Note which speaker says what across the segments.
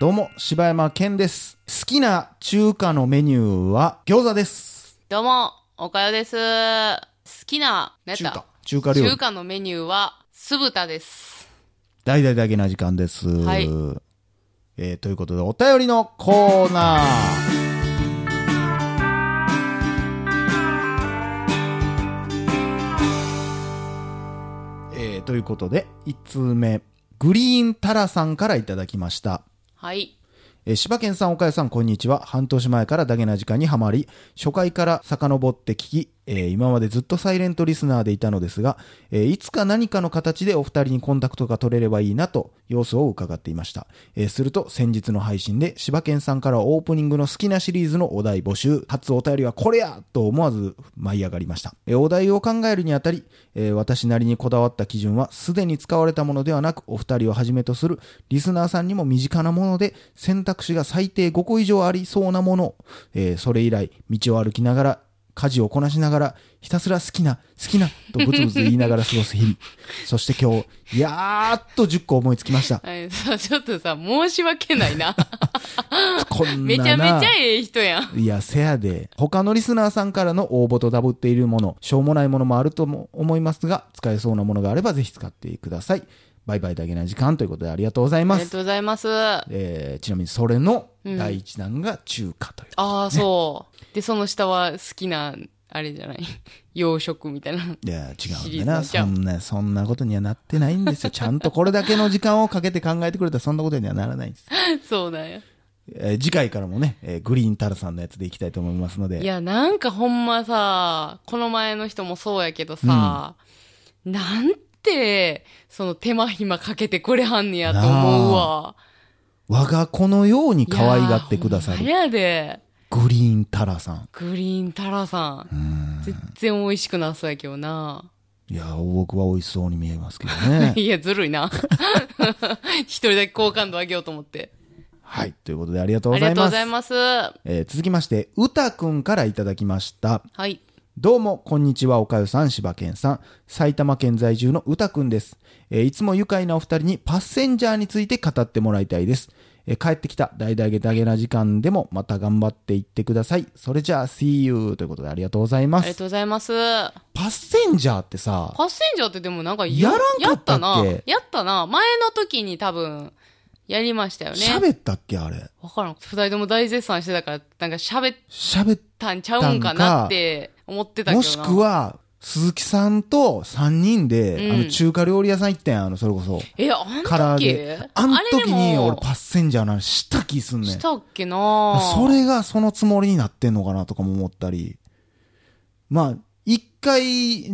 Speaker 1: どうも、柴山健です。好きな中華のメニューは餃子です。
Speaker 2: どうも、おかよです。好きな、何
Speaker 1: 中
Speaker 2: やっ
Speaker 1: 華
Speaker 2: た。
Speaker 1: 中華料理
Speaker 2: 中。華のメニューは、酢豚です。
Speaker 1: 大々だけな時間です。
Speaker 2: はい
Speaker 1: えーということで、お便りのコーナー。えーということで、1通目、グリーンタラさんからいただきました。
Speaker 2: はい。
Speaker 1: えー柴犬さん、岡谷さん、こんにちは。半年前からダゲな時間にはまり、初回から遡って聞き、えー今までずっとサイレントリスナーでいたのですが、えーいつか何かの形でお二人にコンタクトが取れればいいなと、様子を伺っていました。えーすると、先日の配信で、柴犬さんからオープニングの好きなシリーズのお題募集、初お便りはこれやと思わず舞い上がりました。えーお題を考えるにあたり、えー私なりにこだわった基準は、すでに使われたものではなく、お二人をはじめとするリスナーさんにも身近なもので、選択肢が最低5個以上ありそうなもの、えーそれ以来、道を歩きながら、家事をこなしながら、ひたすら好きな、好きな、とブツブツ言いながら過ごす日々。そして今日、やーっと10個思いつきました。
Speaker 2: はいそうちょっとさ、申し訳ないな。
Speaker 1: こんな
Speaker 2: め
Speaker 1: な
Speaker 2: ちゃめちゃええ人やん。
Speaker 1: いや、せやで。他のリスナーさんからの応募とダブっているもの、しょうもないものもあるとも思いますが、使えそうなものがあればぜひ使ってください。バイバイだけな時間ということでありがとうござい
Speaker 2: あ
Speaker 1: ま
Speaker 2: りが
Speaker 1: す。
Speaker 2: とうございます。あ
Speaker 1: えー、ちなみにそれの第一弾が中華という。
Speaker 2: あ、そう。で、その下は好きな、あれじゃない。 洋食みたいな。
Speaker 1: いや、違
Speaker 2: シ
Speaker 1: う
Speaker 2: リ
Speaker 1: ん
Speaker 2: ー
Speaker 1: だ
Speaker 2: ズ
Speaker 1: な。
Speaker 2: のじゃ
Speaker 1: そ
Speaker 2: ん
Speaker 1: んな、そんなことにはなってないん ですよ。ちゃんとこれだけの時間をかけて考えてくれたらそんなことにはならないんです。
Speaker 2: そうだよ。
Speaker 1: えー次回からもね、えーグリーンタラさんのやつでいきたいと思いますの
Speaker 2: い
Speaker 1: で。
Speaker 2: や、なんかほんまさ、この前の人もそうやけどさ、なんて、その手間暇かけてくれはんねやと思うわ。
Speaker 1: 我が子のように可愛がってくださ
Speaker 2: い
Speaker 1: る
Speaker 2: やーほんまやで。
Speaker 1: グリーンタラさん。
Speaker 2: グリーンタラさ。
Speaker 1: うんん
Speaker 2: 全然美味しくなそうやけどな。
Speaker 1: いや、僕は美味しそうに見えますけどね。
Speaker 2: いや、ずるいな。 一人だけ好感度上げようと思って。
Speaker 1: はい。ということで、ありがとう
Speaker 2: あ
Speaker 1: ござい
Speaker 2: りがと
Speaker 1: ま
Speaker 2: うご
Speaker 1: す。
Speaker 2: ざいます。は
Speaker 1: えー続きまして、うたくんからいただきました。
Speaker 2: い。
Speaker 1: どうも、こんにちは、おかゆさん、柴犬さん。埼玉県在住のうたくんです。えーいつも愉快なお二人にパッセンジャーについて語ってもらいたいです。えー帰ってきた、大々げたげな時間でも、また頑張っていってください。それじゃあ、see you! ということで、ありがとうござい
Speaker 2: あ
Speaker 1: ま
Speaker 2: りが
Speaker 1: す。
Speaker 2: とうございます。パ
Speaker 1: パッセンジャーってさ、
Speaker 2: ッセンジャーってでもなんか
Speaker 1: やらんかったっ
Speaker 2: な
Speaker 1: け。
Speaker 2: やったな。前の時に多分、やりましたよね。
Speaker 1: 喋ったっけ、あれ。
Speaker 2: わからん。二人とも大絶賛してたから、なんか喋っ
Speaker 1: 喋った
Speaker 2: んちゃうんかなって思ってたけどな。
Speaker 1: もしくは、鈴木さんと3人で、
Speaker 2: うん
Speaker 1: あの中華料理屋さん行ったやん、あの、それこそ。
Speaker 2: え、あん
Speaker 1: 唐揚
Speaker 2: 時
Speaker 1: げ。あの時に俺パッセンジャーなのした気すん
Speaker 2: ッ
Speaker 1: ねん。
Speaker 2: したっけな
Speaker 1: それがそのつもりになってんのかなとかも思ったり。まあ、一回、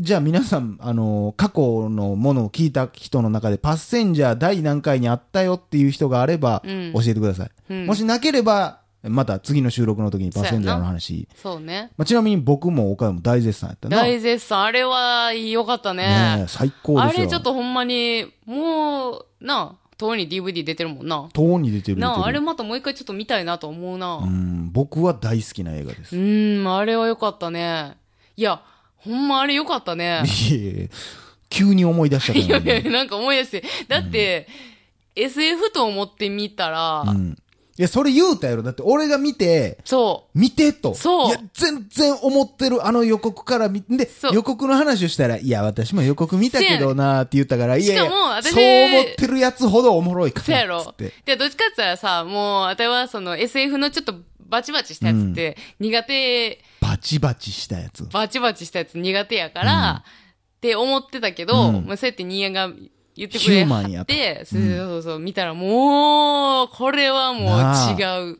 Speaker 1: じゃあ皆さん、あの、過去のものを聞いた人の中で、パッセンジャー第何回にあったよっていう人があれば、
Speaker 2: うん
Speaker 1: 教えてください。
Speaker 2: うん
Speaker 1: もしなければ、また次の収録の時にパッセンジャーの話。
Speaker 2: そうね。
Speaker 1: まあ、ちなみに僕も岡山も大絶賛やったな。
Speaker 2: 大絶賛。あれは良かったね。
Speaker 1: ねえ、最高で
Speaker 2: あ
Speaker 1: すよ。
Speaker 2: れちょっとほんまに、もう、なあ、とうに DVD 出てるもんな。
Speaker 1: 遠に出てる出てる
Speaker 2: なあ、あれまたもう一回ちょっと見たいなと思うな。
Speaker 1: う、
Speaker 2: うん
Speaker 1: 僕は大好きな映画です。い
Speaker 2: ーん、あれは良かったね。いや、ほんまあれ良かったね。
Speaker 1: えいえ、急に思い出した
Speaker 2: いや
Speaker 1: から
Speaker 2: い
Speaker 1: ね。
Speaker 2: や、なんか思い出して。だって、SF と思ってみたら、
Speaker 1: うん。いや、それ言うたやろ。だって俺が見て、
Speaker 2: そ
Speaker 1: 見てと。
Speaker 2: そう
Speaker 1: いや、全然思ってるあの予告から見、で
Speaker 2: そ、う
Speaker 1: 予告の話をしたら、いや、私も予告見たけどなーって言ったから、いやいや、
Speaker 2: しかも私
Speaker 1: そう思ってるやつほどおもろいか
Speaker 2: う、
Speaker 1: ら。
Speaker 2: そやろ
Speaker 1: つって。。
Speaker 2: で、どっちかって言ったらさ、もう、あたいはその SF のちょっとバチバチしたやつって、苦手、
Speaker 1: バチバチしたやつ。
Speaker 2: バチバチしたやつ苦手やから、って思ってたけど、
Speaker 1: うん
Speaker 2: まあ、そうやって人間が言ってく
Speaker 1: ヒュ
Speaker 2: れは
Speaker 1: ーマンや
Speaker 2: っ
Speaker 1: と
Speaker 2: て、そううんそうそう、見たらもう、これはも
Speaker 1: な
Speaker 2: う違う。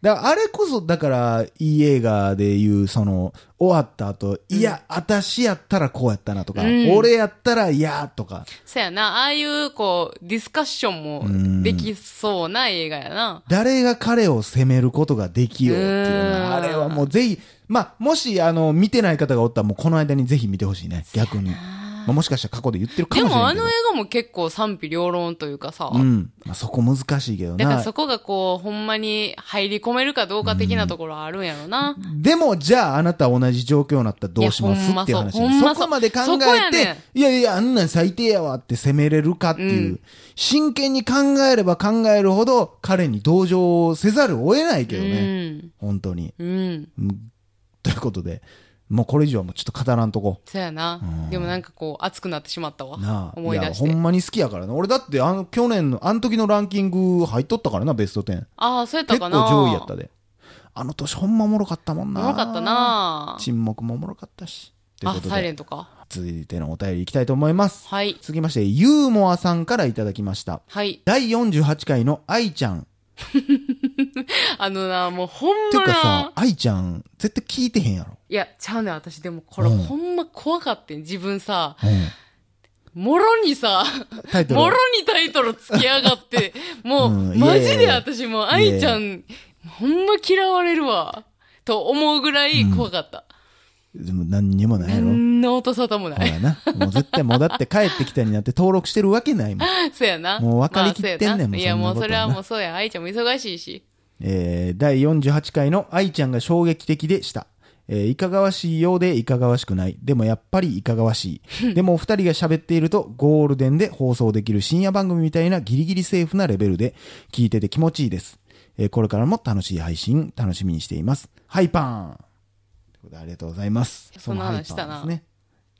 Speaker 1: だからあれこそ、だから、いい映画でいう、その、終わった後、いや、私やったらこうやったなとか、
Speaker 2: うん
Speaker 1: 俺やったら、いや、とか。
Speaker 2: そうやな、ああいう、こう、ディスカッション
Speaker 1: うん
Speaker 2: もできそうな映画やな。
Speaker 1: 誰が彼を責めることができようっていう
Speaker 2: う
Speaker 1: な。
Speaker 2: ん
Speaker 1: あれはもうぜひ、まあ、もし、あの、見てない方がおったら、もうこの間にぜひ見てほしいね。逆に。
Speaker 2: あ
Speaker 1: あ、もしかしたら過去で言ってるか
Speaker 2: で
Speaker 1: もしれ
Speaker 2: も
Speaker 1: な
Speaker 2: あ
Speaker 1: いけど
Speaker 2: の映。画も結構賛否両論というかさ、
Speaker 1: うん。まあ、そこ難しいけど
Speaker 2: だから
Speaker 1: な。
Speaker 2: そこがこう、ほんまに入り込めるかどうか的なところはあるんやろな。
Speaker 1: でも、じゃあ、あなた同じ状況になったらどうします
Speaker 2: いやほんまそう
Speaker 1: っていう話
Speaker 2: ほんまそ
Speaker 1: ね。
Speaker 2: う
Speaker 1: そこまで考
Speaker 2: そこや
Speaker 1: えて
Speaker 2: ね、。
Speaker 1: いやいや、あんなん最低やわって責めれるかっていううん真剣に考えれば考えるほど、彼に同情せざるを得ないけどね。本当に。
Speaker 2: うん。うん。
Speaker 1: うんということで、もうこれ以上はもうちょっと語らんとこ。
Speaker 2: そうやな。でもなんかこう、熱くなってしまったわ
Speaker 1: な。あ。
Speaker 2: 思い出し
Speaker 1: や、
Speaker 2: て
Speaker 1: ほ。んまに好きやからな。俺だって、あの、去年の、あの時のランキング入っとったからな、ベスト10。
Speaker 2: ああ、そうやった
Speaker 1: 結
Speaker 2: か
Speaker 1: 構
Speaker 2: な。
Speaker 1: 上位やったで。あの年ほんまおもろかったもん
Speaker 2: お
Speaker 1: な。
Speaker 2: もろかったな。
Speaker 1: 沈黙もおもろかったし。という
Speaker 2: あ
Speaker 1: こ、と
Speaker 2: サイレ
Speaker 1: で、
Speaker 2: ントか。
Speaker 1: 続いてのお便りいきたいと思います。
Speaker 2: はい。
Speaker 1: 続きまして、ユーモアさんからいただきました。
Speaker 2: はい。
Speaker 1: 第48回の愛ちゃん。っ
Speaker 2: あのな、もうほん
Speaker 1: てい
Speaker 2: ま
Speaker 1: うかさ
Speaker 2: な、。
Speaker 1: 愛ちゃん、絶対聞いてへんやろ。
Speaker 2: いや、ちゃうねん、私。でもこれ
Speaker 1: うん
Speaker 2: ほんま怖かってん。自分さ、
Speaker 1: うん
Speaker 2: もろにさ、
Speaker 1: タイトル。
Speaker 2: もろにタイトルつけやが って、もう、
Speaker 1: うん
Speaker 2: マ
Speaker 1: いや
Speaker 2: ジ
Speaker 1: いやい
Speaker 2: で
Speaker 1: や
Speaker 2: 私もう、愛ちゃん、ほんま嫌われるわ、と思うぐらい怖かった。
Speaker 1: でも何にもないやろ。
Speaker 2: 何の音沙汰もな
Speaker 1: ほ
Speaker 2: い。
Speaker 1: らな。もう絶対、もうだって帰ってきたになって登録してるわけないもん。
Speaker 2: そうやな。
Speaker 1: もう分かりきってんねん
Speaker 2: まあそうやな
Speaker 1: もう
Speaker 2: いや、もう
Speaker 1: そんなことは
Speaker 2: そ
Speaker 1: な
Speaker 2: れはもうそうや。愛ちゃんも忙しいし。
Speaker 1: えー第48回の愛ちゃんが衝撃的でした。えーいかがわしいようでいかがわしくない。でもやっぱりいかがわし い。でもお二人が喋っているとゴールデンで放送できる深夜番組みたいなギリギリセーフなレベルで聞いてて気持ちいいです。えーこれからも楽しい配信楽しみにしています。ハイパーンということでありがとうございます。
Speaker 2: そんな話したな
Speaker 1: そのハイパーンですね。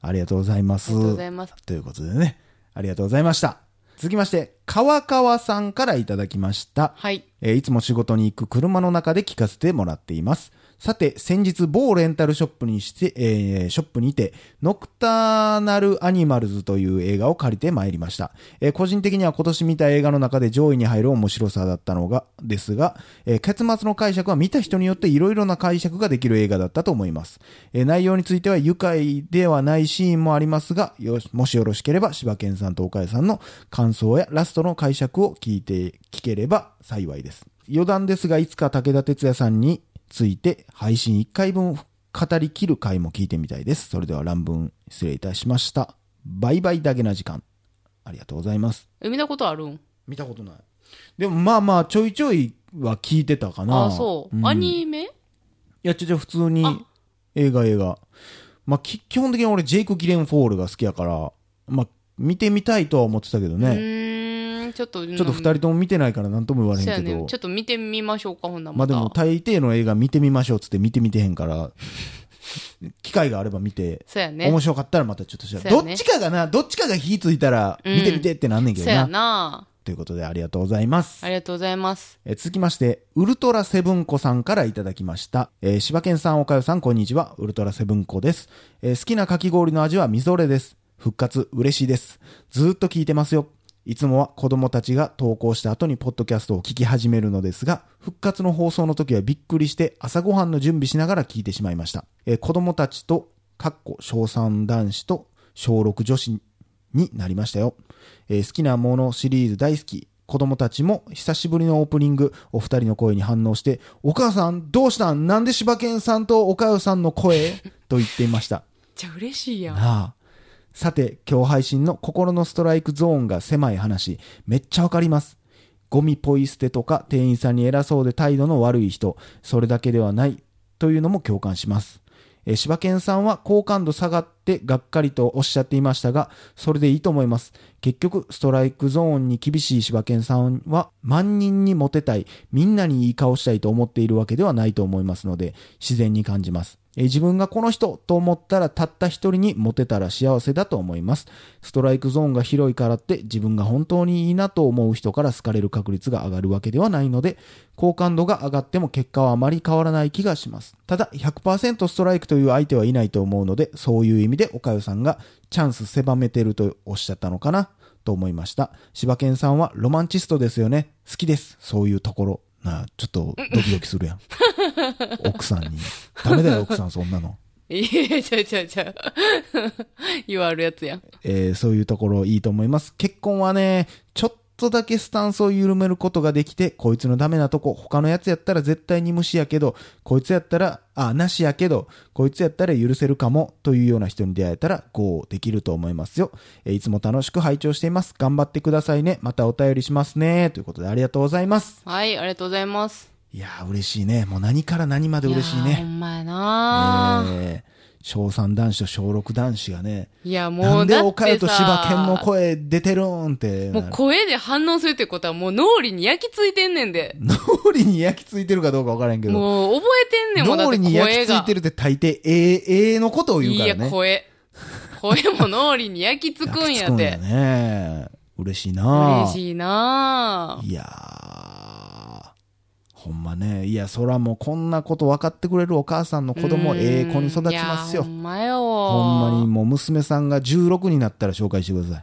Speaker 1: ありがとうございます。
Speaker 2: ありがとうございます。
Speaker 1: ということでね、ありがとうございました。続きまして、川川さんからいただきました。
Speaker 2: はい。
Speaker 1: えーいつも仕事に行く車の中で聞かせてもらっています。さて、先日某レンタルショップにして、えーショップにて、ノクターナルアニマルズという映画を借りてまいりました。えー個人的には今年見た映画の中で上位に入る面白さだったのが、ですが、えー結末の解釈は見た人によっていろいろな解釈ができる映画だったと思います。えー内容については愉快ではないシーンもありますが、よしもしよろしければ、柴犬さんと岡谷さんの感想やラストの解釈を聞いて、聞ければ幸いです。余談ですが、いつか武田鉄矢さんについて配信1回分語り切る回も聞いてみたいです。それでは乱文失礼いたしました。バイバイだけな時間。ありがとうございます。
Speaker 2: え見たことあるん
Speaker 1: 見たことない。でもまあまあ、ちょいちょいは聞いてたかな。
Speaker 2: ああ、そう。
Speaker 1: ん
Speaker 2: アニメ
Speaker 1: いや、ちょ、ちょ、普通に
Speaker 2: あ
Speaker 1: 映画映画。まあ、き基本的に俺、ジェイク・ギレンフォールが好きやから、まあ、見てみたいとは思ってたけど
Speaker 2: う
Speaker 1: ね。
Speaker 2: ーん、ちょっと、ちょ
Speaker 1: ちょっと二人とも見てないから何とも言われ
Speaker 2: そう
Speaker 1: へ
Speaker 2: や
Speaker 1: んけど。
Speaker 2: ね。ちょっと見てみましょうか、ほんなら
Speaker 1: まあ
Speaker 2: ま
Speaker 1: で
Speaker 2: た。
Speaker 1: も、大抵の映画見てみましょうっつって見てみてへんから、機会があれば見て、
Speaker 2: そうやね
Speaker 1: 面。白かったらまたちょっとしら、
Speaker 2: そう
Speaker 1: ど
Speaker 2: や
Speaker 1: っ
Speaker 2: ね
Speaker 1: ちかがな、どっちかが火ついたら、
Speaker 2: うん
Speaker 1: 見てみてってなんねんけ
Speaker 2: そう
Speaker 1: ど
Speaker 2: や
Speaker 1: な。
Speaker 2: な。
Speaker 1: ということで、ありがとうございます
Speaker 2: あ。りがとうございます。
Speaker 1: えー続きまして、ウルトラセブンコさんからいただきました。えー、柴犬さん、おかよさん、こんにちは。ウルトラセブンコです。えー好きなかき氷の味はみぞれです。復活、嬉しいです。ずーっと聞いてますよ。いつもは子供たちが投稿した後にポッドキャストを聞き始めるのですが、復活の放送の時はびっくりして朝ごはんの準備しながら聞いてしまいました。えー子供たちと、かっこ小3男子と小6女子になりましたよ、えー好きなものシリーズ大好き子供たちも久しぶりのオープニングお二人の声に反応して「お母さんどうしたんなんで柴犬さんとおかよさんの声?」と言っていました
Speaker 2: めっちゃ嬉しいやん。
Speaker 1: なあさて今日配信の心のストライクゾーンが狭い話めっちゃわかりますゴミポイ捨てとか店員さんに偉そうで態度の悪い人それだけではないというのも共感しますえー柴犬さんは好感度下がってがっかりとおっしゃっていましたがそれでいいと思います結局ストライクゾーンに厳しい柴犬さんは万人にモテたいみんなにいい顔したいと思っているわけではないと思いますので自然に感じますえー自分がこの人と思ったらたった一人にモテたら幸せだと思います。ストライクゾーンが広いからって自分が本当にいいなと思う人から好かれる確率が上がるわけではないので、好感度が上がっても結果はあまり変わらない気がします。ただ100%ストライクという相手はいないと思うので、そういう意味で岡代さんがチャンス狭めてるとおっしゃったのかなと思いました。柴犬さんはロマンチストですよね。好きです。そういうところ。なあ、ちょっとドキドキするやん。奥さんに。ダメだよ、奥さん、そんなの。
Speaker 2: いや、ちゃうちゃうちゃう。 言われるやつやん。
Speaker 1: えーそういうところいいと思います。結婚はね、ちょっとだけスタンスを緩めることができて、こいつのダメなとこ、他のやつやったら絶対に無視やけど、こいつやったら、あ、なしやけど、こいつやったら許せるかも、というような人に出会えたら、こうできると思いますよ。えーいつも楽しく拝聴しています。頑張ってくださいね。またお便りしますね。ということでありがとうございます。
Speaker 2: はい、ありがとうございます。
Speaker 1: いやー、嬉しいね。もう何から何まで嬉しい
Speaker 2: やー
Speaker 1: ね。
Speaker 2: ほんまやなー、
Speaker 1: えー小3男子と小6男子がね、
Speaker 2: いや、も
Speaker 1: な
Speaker 2: うん
Speaker 1: で
Speaker 2: だ
Speaker 1: お
Speaker 2: っ
Speaker 1: かゆ
Speaker 2: て
Speaker 1: と
Speaker 2: さ、
Speaker 1: 柴犬の声出てるんって。
Speaker 2: もう声で反応するってことはもう脳裏に焼き付いてんねんで。
Speaker 1: 脳裏に焼き付いてるかどうかわからへんけど、
Speaker 2: もう覚えてんねんもん、だ
Speaker 1: 脳裏
Speaker 2: って声が。
Speaker 1: に焼き付いてるって大抵、ええ、ええのことを言うから
Speaker 2: いや、
Speaker 1: ね。
Speaker 2: 声。声も脳裏に焼き付くんや
Speaker 1: 焼き付
Speaker 2: て
Speaker 1: く。んやね。嬉しいな
Speaker 2: 嬉しいなぁ。
Speaker 1: いやー、ほんまね。いや、そらもうこんなこと分かってくれるお母さんの子供、
Speaker 2: うん
Speaker 1: ええ子に育ちます
Speaker 2: いや
Speaker 1: よ
Speaker 2: ほ。んまよ。
Speaker 1: ほんまにもう娘さんが16になったら紹介してくださ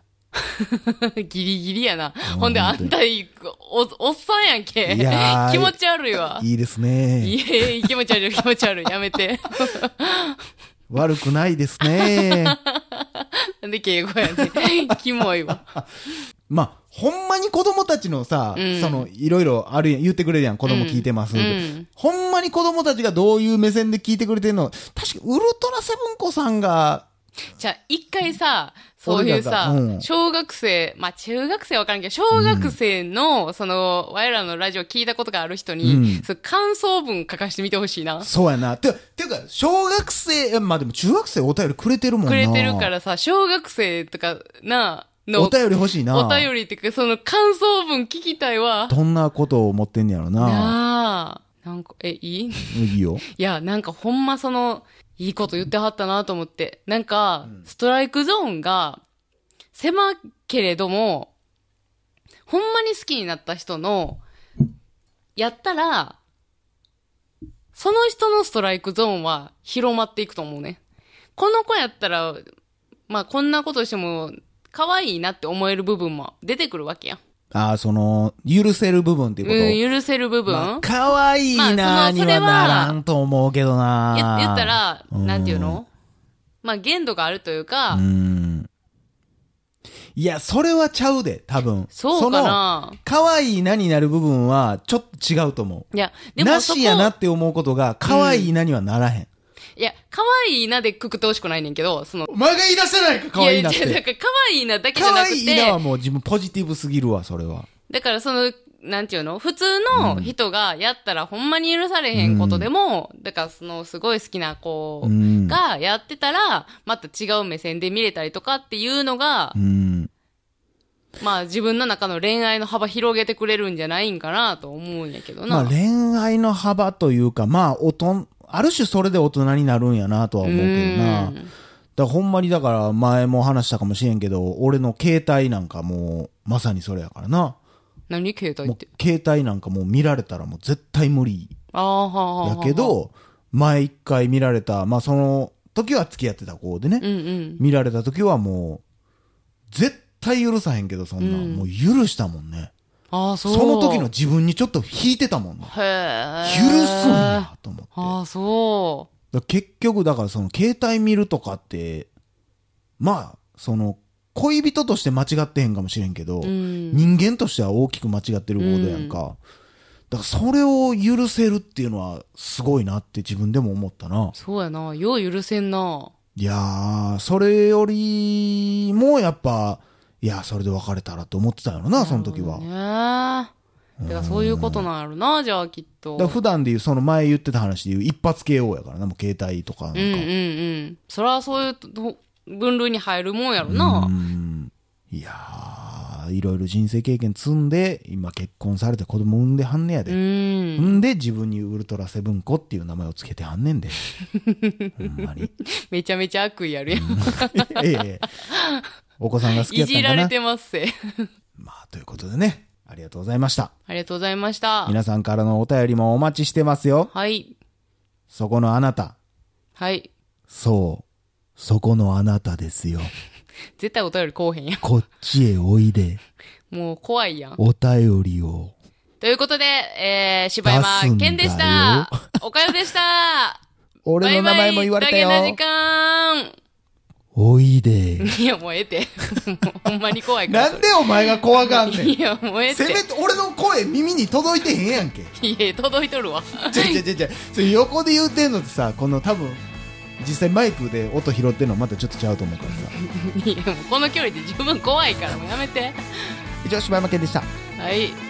Speaker 1: い。
Speaker 2: ギリギリやな
Speaker 1: う。ん
Speaker 2: ほんで、あ
Speaker 1: 本当
Speaker 2: ん
Speaker 1: に
Speaker 2: たい、お、おっさんやんけ。
Speaker 1: いやー
Speaker 2: 気持ち悪いわ。
Speaker 1: いいですね。
Speaker 2: いえいえ、気持ち悪い、気持ち悪い。やめて。
Speaker 1: 悪くないですね。
Speaker 2: なんで敬語やねん。 キモいわ。
Speaker 1: まあ、ほんまに子供たちのさ、
Speaker 2: うん
Speaker 1: その、いろいろあるやん、言ってくれるやん、子供聞いてますんで、
Speaker 2: うん
Speaker 1: ほんまに子供たちがどういう目線で聞いてくれてるの確か、ウルトラセブン子さんが、
Speaker 2: じゃあ、一回さ、そういうさ、
Speaker 1: 俺らがうん
Speaker 2: 小学生、まあ、中学生はわからんけど、小学生の、その、我らのラジオ聞いたことがある人に、
Speaker 1: うん
Speaker 2: そう感想文書かしてみてほしいな。
Speaker 1: そうやな。て、ていうか、小学生、まあでも中学生お便りくれてるもんな。
Speaker 2: くれてるからさ、小学生とかな、の、
Speaker 1: お便り欲しいな。
Speaker 2: お便りってか、その感想文聞きたいわ。
Speaker 1: どんなことを思ってんねやろな。
Speaker 2: なあ。なんか、え、いいい
Speaker 1: いいよ。
Speaker 2: や、なんかほんまその、いいこと言ってはったなと思って。なんか、ストライクゾーンが、狭けれども、ほんまに好きになった人の、やったら、その人のストライクゾーンは広まっていくと思うね。この子やったら、まあこんなことしても、可愛いなって思える部分も出てくるわけや。
Speaker 1: ああ、その、許せる部分っていうこと。
Speaker 2: うん、許せる部分、
Speaker 1: まあ可愛い
Speaker 2: ま
Speaker 1: なー
Speaker 2: あそ
Speaker 1: に
Speaker 2: の
Speaker 1: はならんと思うけどな。
Speaker 2: 言言った、ら、
Speaker 1: うん
Speaker 2: なんていうのまあ、限度があるというか、
Speaker 1: うん。いや、それはちゃうで、多分。
Speaker 2: そうかな
Speaker 1: その可愛いなになる部分は、ちょっと違うと思
Speaker 2: いや、
Speaker 1: う。
Speaker 2: でも
Speaker 1: な
Speaker 2: そこ、
Speaker 1: しやなって思うことが、可愛いなにはならへん。
Speaker 2: いや、可愛いなでくくってほしくないねんけど、その、
Speaker 1: お前が言い出せないか、可愛いなっ
Speaker 2: いや、いやだ
Speaker 1: て。
Speaker 2: から可愛いなだけじゃ
Speaker 1: 可
Speaker 2: なく
Speaker 1: 愛いなは
Speaker 2: て、
Speaker 1: もう自分ポジティブすぎるわ、それは。
Speaker 2: だからその、なんていうの普通の人がやったらほんまに許されへんことでも、だからその、すごい好きな子
Speaker 1: うん。
Speaker 2: がやってたら、また違う目線で見れたりとかっていうのが
Speaker 1: う、ん。
Speaker 2: まあ自分の中の恋愛の幅広げてくれるんじゃないんかなと思うんやけど
Speaker 1: ま
Speaker 2: な。
Speaker 1: あ恋愛の幅というか、まあ、おと、ある種それで大人になるんやなとは思うけどな。
Speaker 2: うん
Speaker 1: だからほんまにだから前も話したかもしれんけど、俺の携帯なんかもう、まさにそれやからな。
Speaker 2: 何携帯
Speaker 1: も
Speaker 2: っ
Speaker 1: う
Speaker 2: て。
Speaker 1: 携帯なんかもう見られたらもう絶対無理
Speaker 2: ああ、はあはあは
Speaker 1: や
Speaker 2: あ。
Speaker 1: け、ど、前一回見られた、まあその時は付き合ってた子でね、
Speaker 2: うんうん。
Speaker 1: 見られた時はもう、絶対許さへんけどそんな、
Speaker 2: うん
Speaker 1: もう許したもんね。
Speaker 2: ああ、そう。
Speaker 1: その時の。自分にちょっと引いてたもんね。
Speaker 2: へえ。
Speaker 1: 許すんやと思って。
Speaker 2: ああ、そ
Speaker 1: だから結局だからその携帯見るとかってまあその恋人として間違ってへんかもしれんけど、
Speaker 2: う。うん。
Speaker 1: 人間としては大きく間違ってることやんか、だからそれを許せるっていうのはすごいなって自分でも思ったな
Speaker 2: そうやな。よう許せんな。
Speaker 1: いやーそれよりもやっぱいやそれで別れたらと思ってたよなその時は、
Speaker 2: ねえ。てか、そういうことなんやろな、じゃあ、きっと。
Speaker 1: だから普段でいうその前言ってた話でいう一発 KO やからなもう携帯とかなん
Speaker 2: う
Speaker 1: か、
Speaker 2: んうんうん。それはそういうと分類に入るもんやろな
Speaker 1: う。んいやー、いろいろ人生経験積んで、今結婚されて子供産んではんねや
Speaker 2: う
Speaker 1: で。
Speaker 2: ん。
Speaker 1: んで、自分にウルトラセブン子っていう名前をつけてはんねんで。ほんまに。
Speaker 2: めちゃめちゃ悪意やるやん。
Speaker 1: ええ。お子さんが好きや
Speaker 2: い
Speaker 1: ったん
Speaker 2: じ
Speaker 1: からな
Speaker 2: れ。てますせ。
Speaker 1: まあ、ということでね、ありがとうございました。
Speaker 2: ありがとうございました。
Speaker 1: 皆さんからのお便りもお待ちしてますよ。
Speaker 2: はい。
Speaker 1: そこのあなた。
Speaker 2: はい。
Speaker 1: そう。そこのあなたですよ。
Speaker 2: 絶対お便りこうへんやん。
Speaker 1: こっちへおいで、
Speaker 2: もう怖いやん。
Speaker 1: お便りを。
Speaker 2: ということで、えー、柴山健でした。おかよでした。
Speaker 1: 俺の名前も言われたよ。
Speaker 2: バイバイダゲな時間。
Speaker 1: おいで。
Speaker 2: いや、もうえ えて。もうほんまに怖いから。
Speaker 1: なんでお前が怖がんねん。
Speaker 2: いや、 もうええって。
Speaker 1: せめて、俺の声耳に届いてへんやんけ。
Speaker 2: いや、届いと るわ。
Speaker 1: ちゃちゃちゃちゃ、それ横で言うてんのってさ、この多分、実際マイクで音拾ってんのはまたちょっとちゃうと思うからさ。
Speaker 2: いや、もうこの距離で十分怖いから、もうやめて。
Speaker 1: 以上、柴山健でした。
Speaker 2: はい。